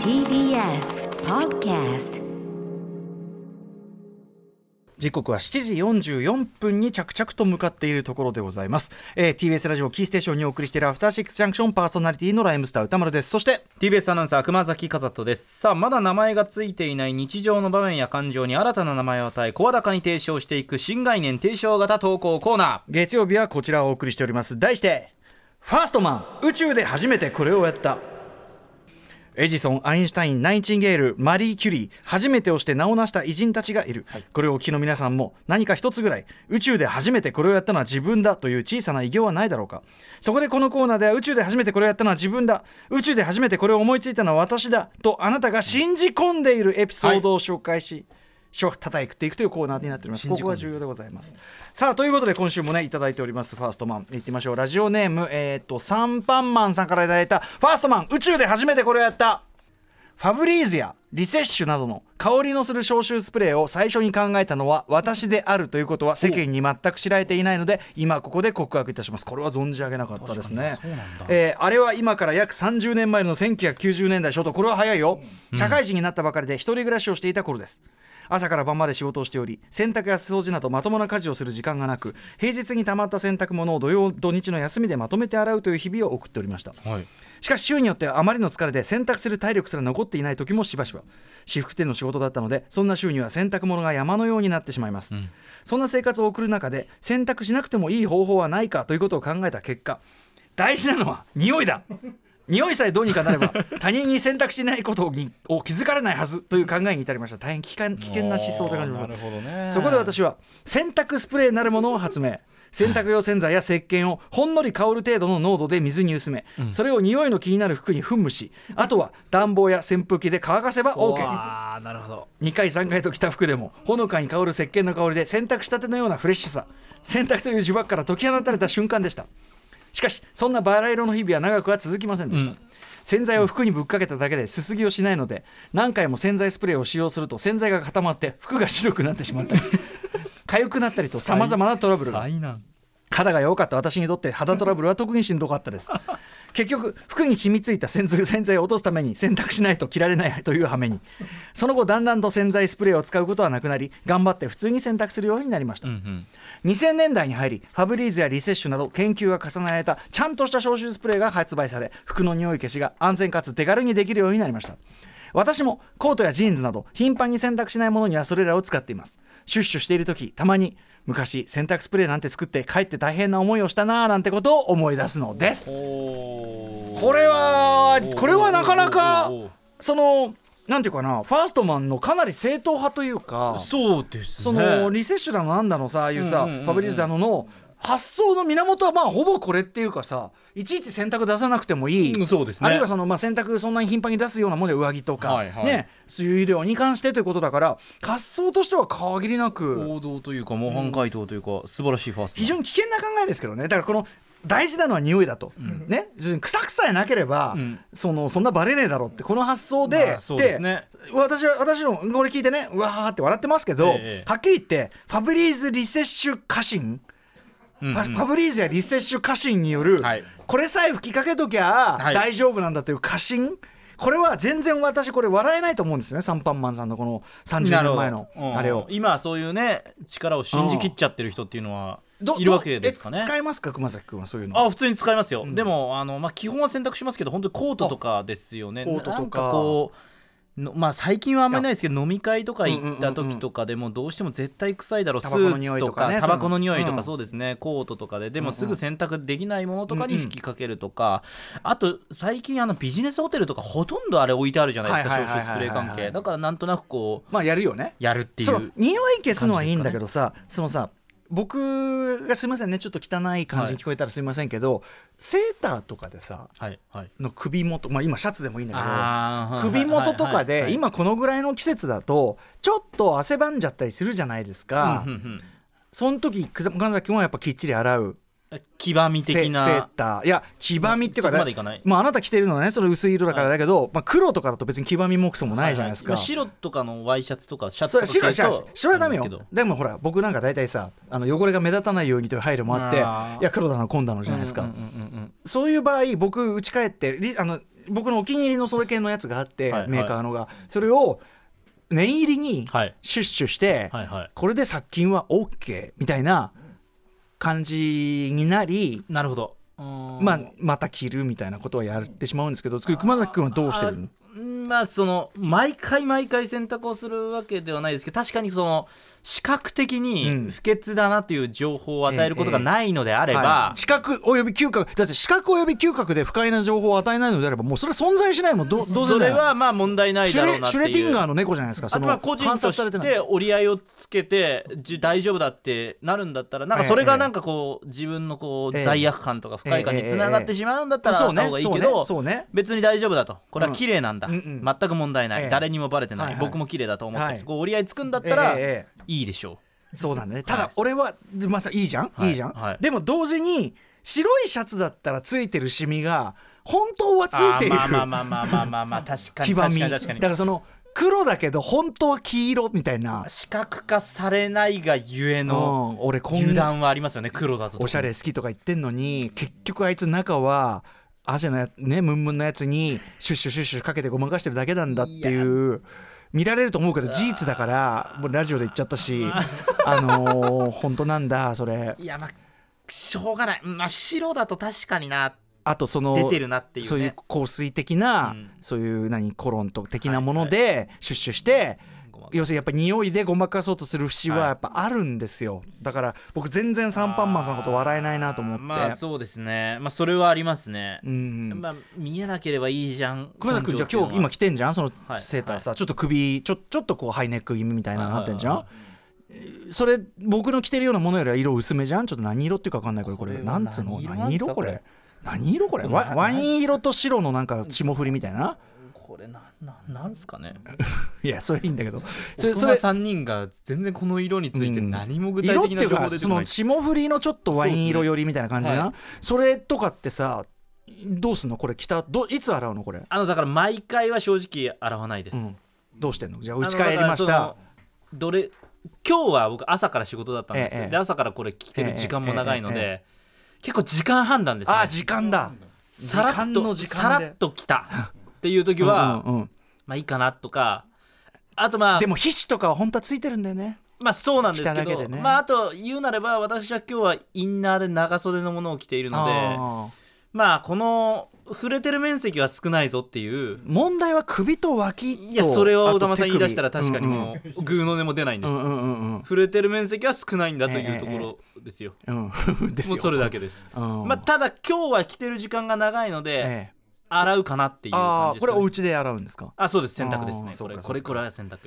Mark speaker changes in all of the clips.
Speaker 1: TBS Podcast
Speaker 2: 時刻は7時44分に着々と向かっているところでございます、えー TBS ラジオキーステーションにお送りしているアフターシックスジャンクションパーソナリティのライムスター歌丸ですそして
Speaker 3: TBS アナウンサー熊崎和人ですさあまだ名前がついていない日常の場面や感情に新たな名前を与え声高に提唱していく新概念提唱型投稿コーナ
Speaker 2: 月曜日はこちらをお送りしております題してファーストマン宇宙で初めてこれをやったエジソン、アインシュタイン、ナイチンゲール、マリー・キュリー、初めてをして名を成した偉人たちがいる、これをお聞きの皆さんも、何か一つぐらい、宇宙で初めてこれをやったのは自分だという小さな偉業はないだろうか、そこでこのコーナーでは、宇宙で初めてこれをやったのは自分だ、宇宙で初めてこれを思いついたのは私だと、あなたが信じ込んでいるエピソードを紹介し、書叩いていくというコーナーになっております。ここが重要でございます。さあということで今週もねいただいておりますファーストマンいってみましょう。ラジオネームえっ、とサンパンマンさんからいただいたファーストマン宇宙で初めてこれをやった。ファブリーズやリセッシュなどの香りのする消臭スプレーを最初に考えたのは私であるということは世間に全く知られていないので今ここで告白いたしますこれは存じ上げなかったですねえーあれは今から約30年前の1990年代初頭これは早いよ社会人になったばかりで一人暮らしをしていた頃です朝から晩まで仕事をしており洗濯や掃除などまともな家事をする時間がなく平日にたまった洗濯物を土曜土日の休みでまとめて洗うという日々を送っておりました
Speaker 3: ーはい
Speaker 2: しかし週によってはあまりの疲れで洗濯する体力すら残っていない時もしばしば私服店の仕事だったのでそんな週には洗濯物が山のようになってしまいます、そんな生活を送る中で洗濯しなくてもいい方法はないかということを考えた結果大事なのは匂いだ匂いさえどうにかな れば他人に選択しないことにを気づかれないはずという考えに至りました大変危険危険な思想と感じます
Speaker 3: なるほどね
Speaker 2: そこで私は洗濯スプレーなるものを発明洗濯用洗剤や石鹸をほんのり香る程度の濃度で水に薄め、それを匂いの気になる服に噴霧しあとは暖房や扇風機で乾かせば OK2
Speaker 3: ああなるほど
Speaker 2: 回3回と着た服でもほのかに香る石鹸の香りで洗濯したてのようなフレッシュさ洗濯という呪縛から解き放たれた瞬間でしたしかしそんなバラ色の日々は長くは続きませんでした、洗剤を服にぶっかけただけですすぎをしないので何回も洗剤スプレーを使用すると洗剤が固まって服が白くなってしまったり痒くなったりとさまざまなトラブルが
Speaker 3: 災難
Speaker 2: 肌が弱かった私にとって肌トラブルは特にしんどかったです結局服に染みついた洗剤洗剤を落とすために洗濯しないと着られないという羽目にその後だんだんと洗剤スプレーを使うことはなくなり頑張って普通に洗濯するようになりました、2000年代に入りファブリーズやリセッシュなど研究が重ねられたちゃんとした消臭スプレーが発売され服の匂い消しが安全かつ手軽にできるようになりました私もコートやジーンズなど頻繁に洗濯しないものにはそれらを使っていますシュッシュしている時たまに昔洗濯スプレーなんて作って帰って大変な思いをしたなーなんてことを思い出すのですこれはこれはなかなかそのなんていうかなファーストマンのかなり正統派というか
Speaker 3: そうです
Speaker 2: そ
Speaker 3: ね
Speaker 2: のリセッシュだのなんだのさああいうさ、ファブリーズだのの発想の源はまあほぼこれっていうかさいちいち洗濯出さなくてもいい、
Speaker 3: うんそうですね
Speaker 2: あるいはその、まあ、洗濯そんなに頻繁に出すようなもので上着とか、
Speaker 3: はいはい
Speaker 2: ね水量に関してということだから発想としては限りなく
Speaker 3: 王道というか模範解答というか素晴らしいファースト
Speaker 2: 非常に危険な考えですけどねだからこの大事なのは匂いだと、ね臭くさえなければ、
Speaker 3: ん
Speaker 2: そのそんなバレねえだろうってこの発想で,、
Speaker 3: まあそうですね
Speaker 2: 私は私のこれ聞いてねうわーって笑ってますけど、
Speaker 3: ええ
Speaker 2: はっきり言ってファブリーズリセッシュ家臣ファファブリーズやリセッシュ家臣による、
Speaker 3: はい
Speaker 2: これさえ吹きかけときゃ
Speaker 3: はい
Speaker 2: 大丈夫なんだという過信これは全然私これ笑えないと思うんですよねサンパンマンさんのこの30年前の
Speaker 3: うん
Speaker 2: あれを。
Speaker 3: 今そういうね力を信じきっちゃってる人っていうのは
Speaker 2: ど
Speaker 3: いるわけですかね
Speaker 2: どえ使えますか熊崎君はそういうの
Speaker 3: あ普通に使いますよ、でもあの、まあ、基本は選択しますけど本当にコートとかですよね
Speaker 2: コートとか
Speaker 3: なんかこうのまあ、最近はあんまりないですけど飲み会とか行った時とかでもどうしても絶対臭いだろうス
Speaker 2: タバコの
Speaker 3: ー
Speaker 2: 匂
Speaker 3: ツ
Speaker 2: いと
Speaker 3: と
Speaker 2: か
Speaker 3: か
Speaker 2: ね
Speaker 3: タバコの匂いと
Speaker 2: うん
Speaker 3: かそうですねコートとかででもすぐ洗濯できないものとかに引きかけるとかあと最近あのビジネスホテルとかほとんどあれ置いてあるじゃないです
Speaker 2: は
Speaker 3: か
Speaker 2: い
Speaker 3: 消
Speaker 2: はいはい
Speaker 3: 臭
Speaker 2: はいは
Speaker 3: ス
Speaker 2: い
Speaker 3: プレー関係だからなんとなくこう
Speaker 2: まあやるよね
Speaker 3: やるってい
Speaker 2: その
Speaker 3: う
Speaker 2: 匂い消すのはいいんだけどさ、そのさ僕がすいませんねちょっと汚い感じに聞こえたらすいませんけど、セーターとかでさ
Speaker 3: はいはい
Speaker 2: の首元まあ今シャツでもいいんだ
Speaker 3: あ
Speaker 2: け
Speaker 3: ー
Speaker 2: ど首元とか
Speaker 3: はいはいはい
Speaker 2: で今このぐらいの季節だとちょっと汗ばんじゃったりするじゃないですか、
Speaker 3: うんうん
Speaker 2: その時熊崎君はやっぱきっちり洗う
Speaker 3: うん黄ばみ的な
Speaker 2: セセーターいや黄ばみっていうか
Speaker 3: そこまでいかない
Speaker 2: まあ、あなた着てるのはねその薄い色だからだけど、まあ、黒とかだと別に黄ばみもくそもないじゃないですか、
Speaker 3: はは今白とかのワイシャツとかシャツ
Speaker 2: そ
Speaker 3: と
Speaker 2: れ白
Speaker 3: か
Speaker 2: い
Speaker 3: 着てる
Speaker 2: 白
Speaker 3: と
Speaker 2: い白はダメ
Speaker 3: なんです
Speaker 2: よ
Speaker 3: けど
Speaker 2: でもほら僕なんか大体さあの汚れが目立たないようにという配慮もあって
Speaker 3: あー
Speaker 2: いや黒だの紺だのじゃないですか、
Speaker 3: うんうんうんうん
Speaker 2: そういう場合僕家帰ってリあの僕のお気に入りのそれ系のやつがあって、
Speaker 3: はい
Speaker 2: メーカーのがそれを念入りに
Speaker 3: はい
Speaker 2: シュッシュして、
Speaker 3: はいはい
Speaker 2: これで殺菌は OK みたいな感じになり、
Speaker 3: なるほどうーん
Speaker 2: まあ、また着るみたいなことはやってしまうんですけど熊崎君はどうしてるの
Speaker 3: あうんまあその毎回毎回選択をするわけではないですけど確かにその視覚的
Speaker 2: うん
Speaker 3: に不潔だなという情報を与えることがないのであれば、
Speaker 2: はい視覚および嗅覚だって視覚および嗅覚で不快な情報を与えないのであればもうそれ存在しないもんどどうせなら
Speaker 3: それはまあ問題ない
Speaker 2: シュ
Speaker 3: だろ
Speaker 2: レ
Speaker 3: うなって
Speaker 2: シ
Speaker 3: い
Speaker 2: ュ
Speaker 3: う
Speaker 2: レティンガーの猫じゃないですか
Speaker 3: あ
Speaker 2: そ
Speaker 3: と
Speaker 2: の
Speaker 3: は個人
Speaker 2: 観
Speaker 3: と
Speaker 2: 察されて
Speaker 3: し
Speaker 2: ない
Speaker 3: て折り合いをつけてじ大丈夫だってなるんだったらなんかそれがなんかこう自分のこ
Speaker 2: え
Speaker 3: う
Speaker 2: え
Speaker 3: 罪悪感とか不快感につながってしまうんだったら
Speaker 2: ええええ
Speaker 3: あった方がいいけ
Speaker 2: そうね
Speaker 3: ど
Speaker 2: そうねそうね
Speaker 3: 別に大丈夫だとこれは綺麗なんだ
Speaker 2: うんう
Speaker 3: 全
Speaker 2: んう
Speaker 3: く問題な
Speaker 2: ええ
Speaker 3: い誰にもバレてな
Speaker 2: はい
Speaker 3: い
Speaker 2: はい
Speaker 3: 僕も綺麗だと思っ
Speaker 2: は
Speaker 3: て
Speaker 2: い
Speaker 3: るこう折り合いつくんだったら
Speaker 2: えええ
Speaker 3: い
Speaker 2: え
Speaker 3: いでしょ
Speaker 2: そうなんだねただ俺は、まあさいいじゃん、
Speaker 3: はい
Speaker 2: い、いじゃん、
Speaker 3: はい
Speaker 2: でも同時に白いシャツだったらついてるシミが本当は
Speaker 3: う
Speaker 2: ついている
Speaker 3: あーまあまあまあまあまあまあ確か
Speaker 2: 黄
Speaker 3: に
Speaker 2: ばみ
Speaker 3: 確かに
Speaker 2: だ
Speaker 3: 確かに
Speaker 2: からその黒だけど本当は黄色みたいな、
Speaker 3: 視覚化されないがゆえ
Speaker 2: う
Speaker 3: の
Speaker 2: ん、俺こ
Speaker 3: 油
Speaker 2: んな
Speaker 3: 断はありますよね黒だと
Speaker 2: おしゃれ好きとか言ってんのに結局あいつ中は汗のやねムンムンのやつにシュッシュシュッシュかけてごまかしてるだけなんだっていう見られると思うけど事実だからもうラジオで言っちゃったし あのー本当なんだそれ
Speaker 3: いやまあしょうがないうんまあ白だと確かにな
Speaker 2: あとその
Speaker 3: 出てるなっていうね
Speaker 2: そういう香水的な、
Speaker 3: うん
Speaker 2: そういう何コロンと的なものでシュッシュして、
Speaker 3: ごまかす
Speaker 2: 要するにやっぱ匂いでごまかそうとする節
Speaker 3: は
Speaker 2: はいやっぱあるんですよ、だから僕全然サンパンマンさんのこと笑えないなと思って、
Speaker 3: まあそうですねまあそれはありますね、
Speaker 2: うん
Speaker 3: まあ見えなければいいじゃん
Speaker 2: 熊田君じゃあ今日今着てんじゃんそのセーターさ、ちょっと首ちょちょっとこうハイネック気味みたいなのなってんじゃん、
Speaker 3: はいは
Speaker 2: それ僕の着てるようなものよりは色薄めじゃんちょっと何色っていうか分かんないこれこれ
Speaker 3: これ
Speaker 2: なんつうの
Speaker 3: 何色な
Speaker 2: 何
Speaker 3: んすか
Speaker 2: 色こ
Speaker 3: こ
Speaker 2: れ
Speaker 3: れ
Speaker 2: 何色これワワイン色と白のなんか霜降りみたいな
Speaker 3: これなんなんなんすかね
Speaker 2: いやそれいいんだけどそ
Speaker 3: そ
Speaker 2: れ
Speaker 3: れ
Speaker 2: それ
Speaker 3: 三人が全然この色について何も具体
Speaker 2: 色ってい
Speaker 3: 的な
Speaker 2: う
Speaker 3: 情報
Speaker 2: か
Speaker 3: 出て
Speaker 2: そ
Speaker 3: こな
Speaker 2: の
Speaker 3: い
Speaker 2: 霜降りのちょっとワイン色寄りみたいな感じな、
Speaker 3: そ
Speaker 2: そ
Speaker 3: う
Speaker 2: れとかってさどうすんのこれ着たどいつ洗うのこれ、
Speaker 3: あのだから毎回は正直洗わないです、
Speaker 2: うん
Speaker 3: あ、
Speaker 2: どうしてんのじゃあ
Speaker 3: の
Speaker 2: 打ち帰りまし
Speaker 3: だか
Speaker 2: た
Speaker 3: らそのどれ今日は僕朝から仕事だったんですよ、
Speaker 2: ええ
Speaker 3: で朝からこれ着てる時間も長いので、
Speaker 2: えええ
Speaker 3: 結構時間判断ですね
Speaker 2: あ時間だ
Speaker 3: さらっ
Speaker 2: 時間の
Speaker 3: と
Speaker 2: 時
Speaker 3: さ
Speaker 2: 間
Speaker 3: ら
Speaker 2: で
Speaker 3: っと来た っていう時は、
Speaker 2: うんうんうん
Speaker 3: まあいいかなとかあとまあ
Speaker 2: でも皮脂とかは本当はついてるんだよね
Speaker 3: まあそうなんです
Speaker 2: 着た
Speaker 3: け
Speaker 2: だけ
Speaker 3: ど
Speaker 2: でね
Speaker 3: まああと言うなれば私は今日はインナーで長袖のものを着ているので
Speaker 2: あー
Speaker 3: まあこの触れてる面積は少ないぞっていう
Speaker 2: 問題は首と脇と
Speaker 3: いやそれ
Speaker 2: あ
Speaker 3: を
Speaker 2: と
Speaker 3: 小玉さん
Speaker 2: 手
Speaker 3: 言い
Speaker 2: 首
Speaker 3: 出したら確かにもうグーの音も出ないんで
Speaker 2: う
Speaker 3: す
Speaker 2: んうんうんうん
Speaker 3: 触れてる面積は少ないんだというところですよ
Speaker 2: うんうんです
Speaker 3: も
Speaker 2: よ
Speaker 3: うそれだけです
Speaker 2: うん
Speaker 3: まあただ今日は着てる時間が長いので
Speaker 2: ええ
Speaker 3: 洗うかなっていう
Speaker 2: あ
Speaker 3: 感
Speaker 2: あ
Speaker 3: じ
Speaker 2: これ
Speaker 3: です
Speaker 2: お
Speaker 3: ね
Speaker 2: 家で洗うんですか
Speaker 3: あそうです洗濯です
Speaker 2: あー
Speaker 3: ねこれ
Speaker 2: そうか
Speaker 3: これ
Speaker 2: そうか
Speaker 3: これは洗濯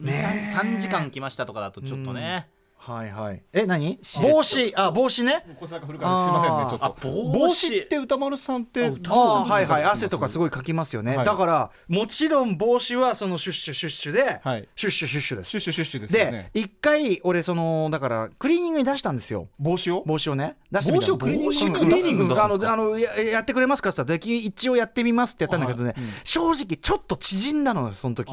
Speaker 2: ねえ
Speaker 3: 3, 3時間来ましたとかだとちょっとね
Speaker 2: はいはいえ何帽子あ帽子ね
Speaker 4: 小坂古川です。すいませんね、ちょっ
Speaker 3: あ
Speaker 4: と。
Speaker 3: 帽
Speaker 4: 帽子
Speaker 3: 子
Speaker 4: って歌丸さんって。
Speaker 2: ああはいはい汗とかすごいかきますよね、
Speaker 4: はい
Speaker 2: だからもちろん帽子はそのシュッシュシュッシュで、
Speaker 4: はい
Speaker 2: シュッシュシュッシュです
Speaker 4: シュッシュシュッシュですよ
Speaker 2: で
Speaker 4: ね。
Speaker 2: 一回俺そのだからクリーニングに出したんですよ
Speaker 4: 帽子を。
Speaker 2: 帽子をね出してみたの
Speaker 4: 帽子をクリーニング
Speaker 2: 帽子
Speaker 4: クリーニング
Speaker 2: うん
Speaker 4: 出す
Speaker 2: あ
Speaker 4: んです
Speaker 2: の
Speaker 4: か
Speaker 2: あのややってくれますかって言ったらでき一応やってみますってやったんだけどね、正直ちょっと縮んだのよその時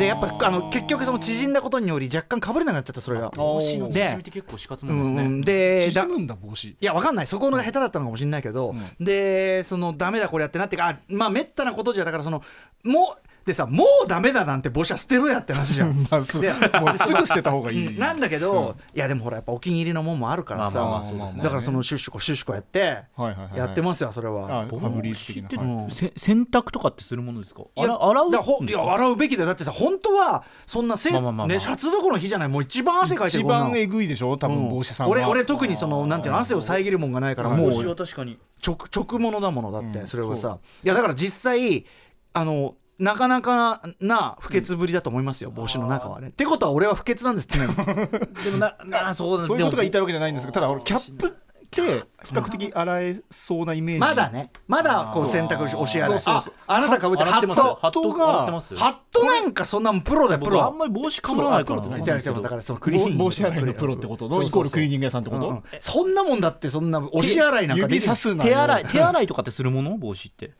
Speaker 2: でやっぱあの結局その縮んだことにより若干被れなくなっちゃったそれが
Speaker 3: 帽子の縮みっ
Speaker 2: で
Speaker 3: て結構死活
Speaker 2: う
Speaker 3: もんです
Speaker 2: ん
Speaker 3: ね、
Speaker 2: うんでだ
Speaker 4: 縮むんだ帽子。
Speaker 2: いやわかんないそこのが下手だったのかもしれないけど、でそのダメだこれやってなってあまあめったなことじゃだからそのもうでさもうダメだなんて帽子は捨てろやって話じゃん
Speaker 4: まあ、す
Speaker 2: で
Speaker 4: もうすぐ捨てた方がい い。
Speaker 2: なんだけど、いやでもほらやっぱお気に入りのもんもあるからさ、
Speaker 3: まあまあ
Speaker 4: まあそうですね
Speaker 2: だからそのシュッシュコシュッシュコやって、
Speaker 4: はいはいはい
Speaker 2: やってますよそれは。
Speaker 4: あ、ファブリーズ的な。はい
Speaker 2: うん
Speaker 3: せ洗濯とかってするものですか
Speaker 2: いや
Speaker 3: あら洗うん
Speaker 2: だからほ
Speaker 3: で
Speaker 2: い
Speaker 3: すか
Speaker 2: や洗うべきだよだってさ本当はそんなせ、
Speaker 3: まあまあまあまあ
Speaker 2: ねシャツどころの日じゃないもう一番汗かいて
Speaker 4: 一
Speaker 2: るこんなの
Speaker 4: 番えぐいでしょ多分帽子さん
Speaker 2: う
Speaker 4: は。
Speaker 2: 俺俺特にそのなんていうの汗を遮るもんがないからもう
Speaker 3: 帽子は確かに
Speaker 2: 直直物だものだって、
Speaker 4: うん
Speaker 2: それはさいやだから実際あのなかなかな不潔ぶりだと思いますよ、帽子の中はね。ってことは俺は不潔なんですってね。
Speaker 3: でもななそうだ
Speaker 4: そういうことが言いた
Speaker 3: で
Speaker 4: いわけじゃないんですけど、ただ俺キャップって比較的洗えそうなイメージ。
Speaker 2: まだ。ねまだこう洗濯し押し洗い
Speaker 3: そうそうそう
Speaker 2: ああなたかぶって
Speaker 3: も
Speaker 2: る
Speaker 3: 洗
Speaker 2: ハ
Speaker 3: っ
Speaker 2: ッ
Speaker 3: てます
Speaker 2: ト
Speaker 3: よハット
Speaker 4: ハットが
Speaker 3: 洗ってますよ
Speaker 2: ハットなんかそんなもんプロだよプ
Speaker 3: 僕あん
Speaker 2: ロ
Speaker 3: まり帽子かぶらないから
Speaker 4: プロ
Speaker 3: な
Speaker 4: あんま
Speaker 2: じゃあじゃあだからそのクリーニング
Speaker 4: 帽子洗いのプロってこ
Speaker 2: そ
Speaker 4: と
Speaker 2: う
Speaker 4: の
Speaker 2: そうそう
Speaker 4: イコールクリーニング屋さんってこ
Speaker 2: うんうん
Speaker 4: と
Speaker 2: そんなもんだってそんな押し洗いなんかで
Speaker 4: 指
Speaker 2: きる
Speaker 4: さすなよ
Speaker 3: 手洗い手洗いとかってするもの帽子って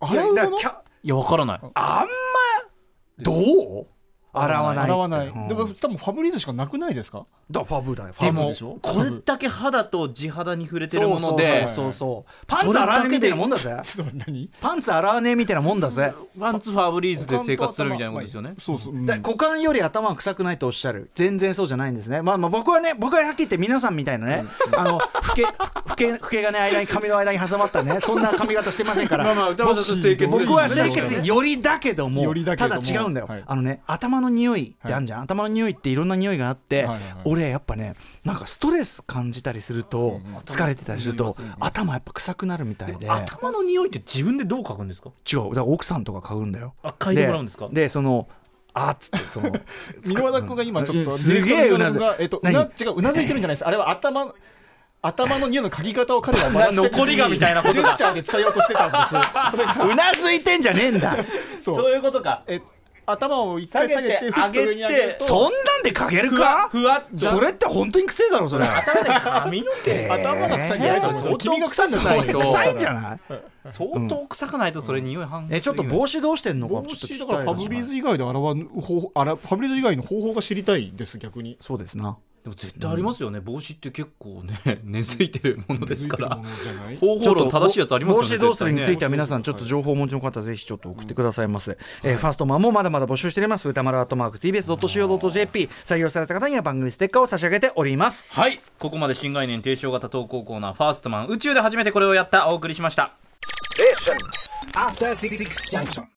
Speaker 4: 洗うも
Speaker 2: だか
Speaker 4: の
Speaker 2: らキャ
Speaker 3: いやわからない
Speaker 2: あんまどう洗わない
Speaker 4: 洗わない、
Speaker 2: うん
Speaker 4: でも多分ファブリーズしかなくないですか
Speaker 2: だファブだよフ
Speaker 3: で
Speaker 2: ァブ
Speaker 3: も
Speaker 4: でしょ
Speaker 3: これだけ肌と地肌に触れてるもの
Speaker 2: そ
Speaker 3: で
Speaker 2: うそうそうそうパンツ洗わねえみたいなもんだ ぜ
Speaker 4: ちょっと何
Speaker 2: パンツ洗わねえみたいなもんだぜ
Speaker 3: ワンツーファブリーズで生活するみたいなことですよね
Speaker 4: そうそう、うん
Speaker 2: だ股間より頭は臭くないとおっしゃる全然そうじゃないんですねまあまあ僕はね僕ははっきり言って皆さんみたいなねあのふけふけふけがね間に髪の間に挟まったねそんな髪型してません から
Speaker 3: まあまあ歌丸さん清潔ですもんね
Speaker 2: 僕は清潔よりだけども
Speaker 4: よりだけども
Speaker 2: ただ違うんだよ、
Speaker 4: はい
Speaker 2: あのね頭の匂いってあんじゃん、頭の匂いっていろんな匂いがあって、
Speaker 4: はいはいはい
Speaker 2: 俺やっぱねなんかストレス感じたりすると、疲れてたりすると、頭やっぱ臭くなるみたいで
Speaker 3: 頭の匂いって自分でどう嗅ぐんですか
Speaker 2: 違うだから奥さんとか買うんだよ
Speaker 3: あ嗅いでもらうんですか
Speaker 2: でそのあっつってその
Speaker 4: 三輪田君が今ちょっと、
Speaker 2: すげえうなず
Speaker 4: ディレクターの三輪田君がえっと、う
Speaker 2: 何
Speaker 4: な違ううなずいてるんじゃないですあれは頭の頭の匂いの嗅ぎ方を 彼は学んで
Speaker 3: 残りがみたいなこと
Speaker 4: ジ
Speaker 3: だ
Speaker 4: ェスチャーで伝えようとしてたんですそれが
Speaker 2: うなずいてんじゃねえんだ
Speaker 4: そう
Speaker 3: いうことか
Speaker 4: え頭を一回下げて
Speaker 3: 下げて
Speaker 4: フット上に上げると
Speaker 2: そんなんでかける
Speaker 3: ふわ
Speaker 2: か
Speaker 3: ふわ
Speaker 2: それって本当に癖だろそれ
Speaker 3: 頭で髪の毛
Speaker 4: 頭が臭いんじゃないです
Speaker 3: えー
Speaker 4: か君が臭いんじゃない
Speaker 3: 相当
Speaker 4: よ
Speaker 2: 臭いんじゃない
Speaker 3: 相当臭くないとそれ匂い反応
Speaker 2: えちょっと帽子どうしてんの
Speaker 4: 帽
Speaker 2: かちょ
Speaker 4: 子
Speaker 2: っと聞き
Speaker 4: だか
Speaker 2: た
Speaker 4: ら
Speaker 2: い
Speaker 4: フ
Speaker 2: な
Speaker 4: ァブリーズ以外で洗わぬ方法あらファブリーズ以外の方法が知りたいです逆に
Speaker 2: そうですな
Speaker 3: でも絶対ありますよね帽子って結構ね 根付いてるものですから
Speaker 4: 気づいてるものじゃない
Speaker 3: 方法論正しいやつありますよ
Speaker 2: 帽
Speaker 3: ね
Speaker 2: 子どうするについ
Speaker 3: 絶
Speaker 2: ては皆さんちょっと情報をお持ちの方はぜひちょっと送ってくださいませ、えーファーストマンもまだまだ募集しております歌丸アートマーク TBS.CO.JP 採用された方には番組ステッカーを差し上げております
Speaker 3: 対ねはいここまで新概念提唱型投稿コーナーファーストマン宇宙で初めてこれをやったお送りしました
Speaker 5: After Six Junction.